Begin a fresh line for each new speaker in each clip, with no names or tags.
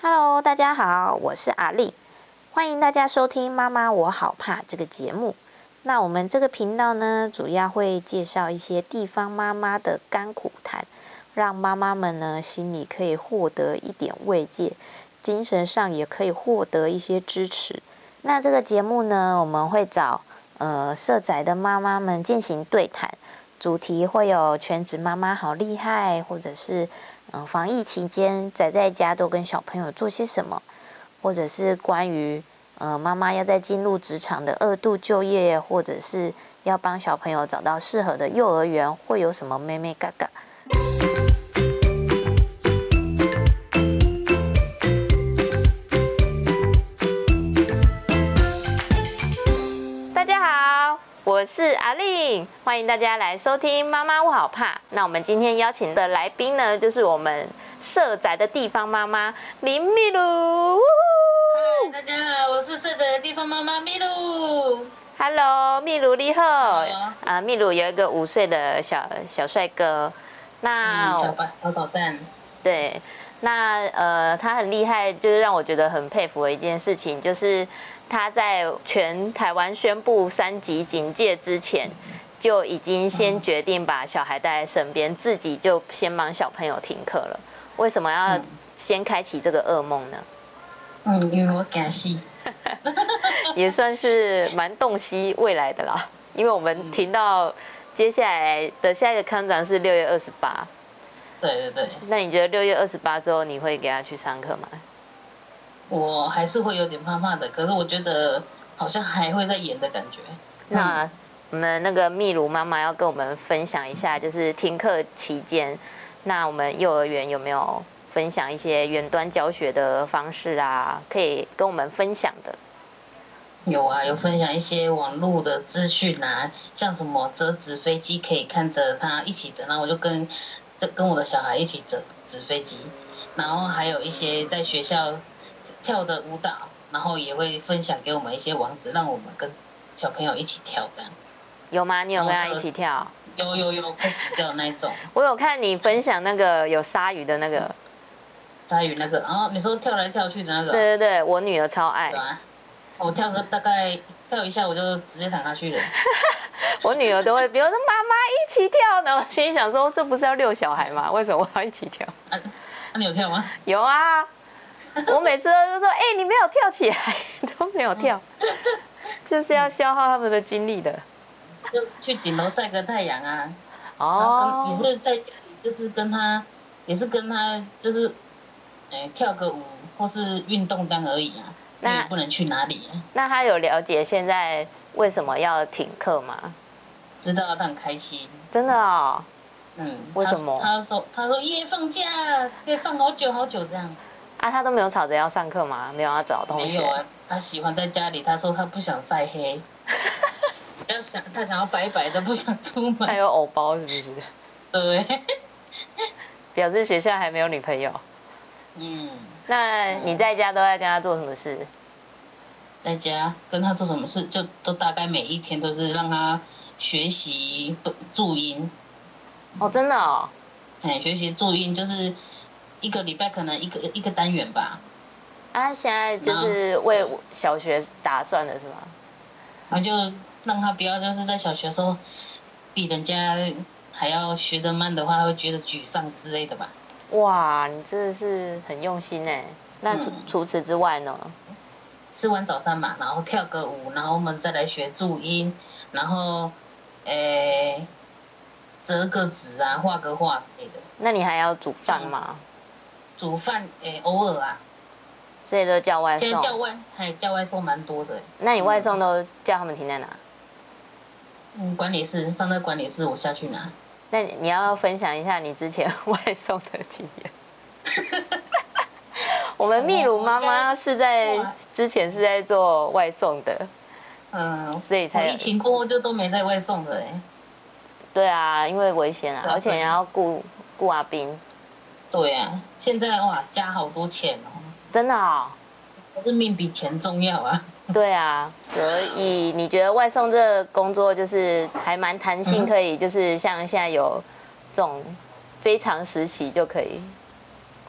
Hello，大家好，我是阿丽，欢迎大家收听《妈妈我好怕》这个节目。那我们这个频道呢，主要会介绍一些地方妈妈的甘苦谈，让妈妈们呢心里可以获得一点慰藉，精神上也可以获得一些支持。那这个节目呢，我们会找呃社宅的妈妈们进行对谈，主题会有全职妈妈好厉害，或者是嗯、防疫期间宅在家都跟小朋友做些什么，或者是关于呃妈妈要在进入职场的二度就业，或者是要帮小朋友找到适合的幼儿园，会有什么妹妹嘎嘎。大家好，我是阿令，欢迎大家来收听《妈妈我好怕》。那我们今天邀请的来宾呢，就是我们社宅的地方妈妈林密鲁。呜呼
嗨，大家好，我是社宅的地方妈妈咪露。
Hello，秘鲁你好。
Hello
啊，秘鲁有一个五岁的小小帅哥，那、
嗯，小白小捣蛋，
对，那呃，他很厉害，就是让我觉得很佩服的一件事情，就是他在全台湾宣布三级警戒之前，就已经先决定把小孩带在身边，自己就先帮小朋友停课了。为什么要先开启这个噩梦呢？
嗯，因为我敢死。
也算是蛮洞悉未来的啦，因为我们停到接下来的下一个康展是六月二十八。
对对对，
那你觉得六月二十八之后你会给他去上课吗？
我还是会有点怕怕的，可是我觉得好像还会在演的感觉。
那我们那个秘鲁妈妈要跟我们分享一下，就是停课期间，那我们幼儿园有没有分享一些远端教学的方式啊？可以跟我们分享的。
有啊，有分享一些网络的资讯啊，像什么折纸飞机可以看着它一起折，然后我就跟这跟我的小孩一起折纸飞机，然后还有一些在学校跳的舞蹈，然后也会分享给我们一些网址，让我们跟小朋友一起跳这样。
有吗？哦你有跟他一起跳？
有有有，快死掉那 一种。
我有看你分享那个有鲨鱼的那个，
鲨鱼那个，然、后你说跳来跳去的那个，
嗯对对啊对，我女儿超爱
对，吧？我跳个大概跳一下，我就直接躺下去了。
我女儿都会，比如说妈妈一起跳，然后我心里想说，这不是要遛小孩吗？为什么我要一起跳？
啊，那、你有跳吗？
有啊，我每次都说，哎、你没有跳起来， 都没有跳，就是要消耗他们的精力的。
就去顶楼晒个太阳啊。然后跟
哦，
也是在家里，就是跟他，也是跟他，就是，哎、跳个舞或是运动这样而已啊。
那
你也不能去哪里、啊，
那他有了解现在为什么要停课吗？
知道他很开心。
真的哦，
嗯，
为什么
他他说他说耶，放假可以放好久好久这样。
啊，他都没有吵着要上课吗？没有要找同
没
学
有？啊，他喜欢在家里。他说他不想晒 黑，不要想他想要白白的，不想出
他
门。
有偶包是不是？
对，
表示学校还没有女朋友。
嗯，
那你在家都在跟他做什么事？
在家跟他做什么事，就都大概每一天都是让他学习都注音，
哦，真的哦，
哎，学习注音就是一个礼拜可能一个一个单元吧，
啊，现在就是为小学打算的是吗？
然后就让他不要就是在小学的时候比人家还要学得慢的话，他会觉得沮丧之类的吧。
哇，你真的是很用心哎。那除
嗯
除此之外呢？
吃完早餐嘛，然后跳个舞，然后我们再来学注音，然后，诶、折个纸啊，画个画之类的。
那你还要煮饭吗？
煮饭诶、偶尔啊，
所以都叫外
现
送。
在叫外还叫外送蛮多的。
那你外送都叫他们停在哪？
嗯，管理室放在管理室，我下去拿。
那你你要分享一下你之前外送的经验。 哦我们秘鲁妈妈是在
哇
之前是在做外送的，
嗯，
所以
我
才
疫情过后就都没在外送了诶、
对啊，因为危险啊，
对啊
而且
对
你要顾顾阿兵，
对啊，现在哇加好多钱哦，
真的哦。
可是命比钱重要啊。
对啊，所以你觉得外送这个工作就是还蛮弹性，
嗯
可以就是像现在有这种非常时期就可以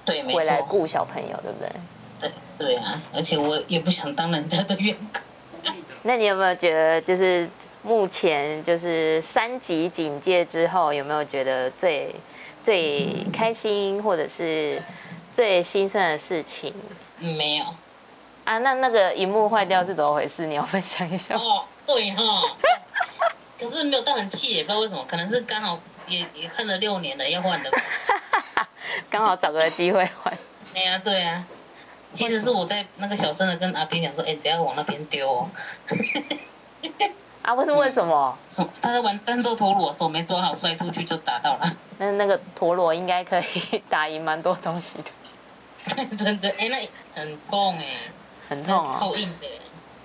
对，没
回来
错。
顾小朋友，对不对？
对对啊，而且我也不想当人家的员工。
那你有没有觉得，就是目前就是三级警戒之后，有没有觉得最最开心或者是最心酸的事情
嗯没有
啊？那那个荧幕坏掉是怎么回事？你要分享一下吗？
哦，对哈， 可是没有到很气，也不知道为什么，可能是刚好也也看了六年了，要换 了吧。
刚好找个机会换。
哎呀，对啊，其实是我在那个小声的跟阿斌讲说，哎、不要往那边丢哦。
啊，不是为什么？
什么他在玩战斗陀螺的时候没抓好，摔出去就打到了，
那那个陀螺应该可以 打赢蛮多东西的，
真的，哎、那很痛哎、
很痛哦。
够硬的、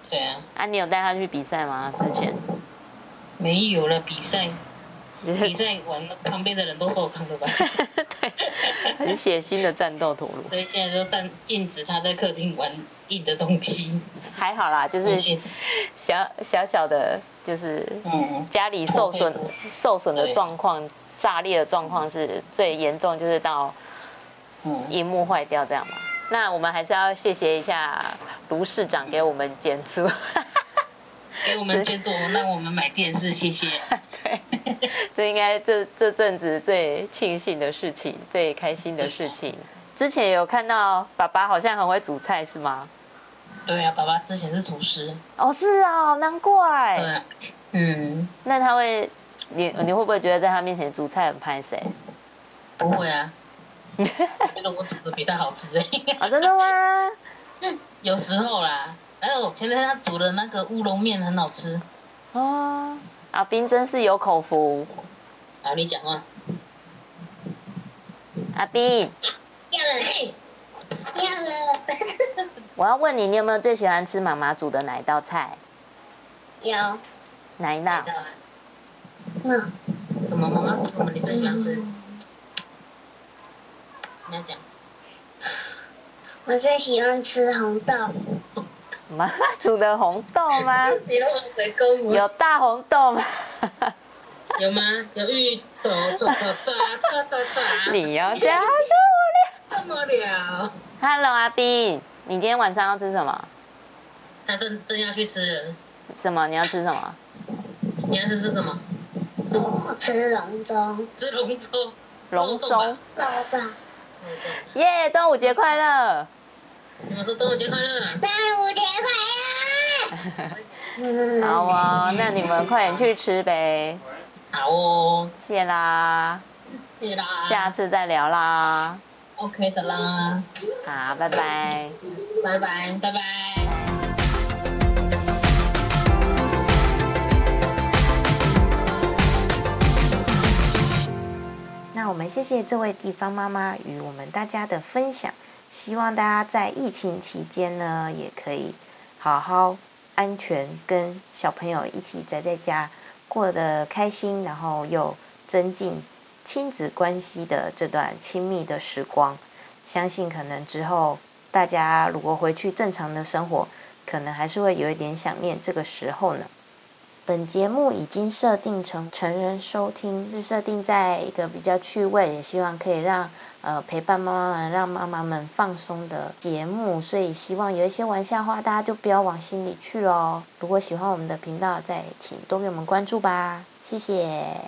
对啊，
啊，你有带他去比赛吗？之前
没有了比赛，
就
比
是
赛完旁边的人都受伤了吧？
对，很血腥的战斗陀螺。
所以现在都暂禁止他在客厅玩硬的东西。
还好啦，就是
其实，
小小小的，就是
嗯，
家里受损
破碎
受损的
对
状况，炸裂的状况是最严重，就是到
嗯，
荧幕坏掉这样嘛。那我们还是要谢谢一下卢市长给我们监督，
给我们捐助，让我们买电视，谢谢。
对，这应该这这阵子最庆幸的事情，最开心的事情。之前有看到爸爸好像很会煮菜是吗？
对啊，爸爸之前是厨师，
哦，是哦，难怪。
对啊，嗯，
那他会，你你会不会觉得在他面前煮菜很拍谁？
不会啊，我觉得我煮的比他好吃哎、
啊、真的吗？
有时候啦。还有前天他煮的那个乌龙面很好吃，
哦，阿斌真是有口福。
啊，你讲话，
阿斌，
要了嘿，要了，
我要问你，你有没有最喜欢吃妈妈煮的哪一道菜？
有。
哪一道？
嗯，什么妈妈煮什么你最喜欢吃？你要讲
我最喜欢吃红豆，
妈妈煮的红豆 吗？
你如果回公母
有大红豆吗？
有吗？有芋头，抓抓抓抓抓抓，
你要加入我
这么了？
了。Hello，阿斌，你今天晚上要吃什么？
他正正要去吃了，
什么？你要吃什么？
你要去吃什么？
我吃龙舟，
吃龙舟，
龙
肉粽
舟
吧。
肉粽。
龙舟
耶端午节快乐！
你们说端午节快乐！
端午节快乐！
好啊、那你们快点去吃呗。
好哦，
谢啦，
谢谢啦，
下次再聊啦。
OK 的啦，
好，拜拜。
拜拜，拜拜。
那我们谢谢这位地方妈妈与我们大家的分享，希望大家在疫情期间呢，也可以好好安全跟小朋友一起宅在家，过得开心，然后又增进亲子关系的这段亲密的时光。相信可能之后大家如果回去正常的生活，可能还是会有一点想念这个时候呢。本节目已经设定成成人收听，是设定在一个比较趣味，也希望可以让呃陪伴妈妈们，让妈妈们放松的节目。所以希望有一些玩笑话，大家就不要往心里去喽。如果喜欢我们的频道，再请多给我们关注吧，谢谢。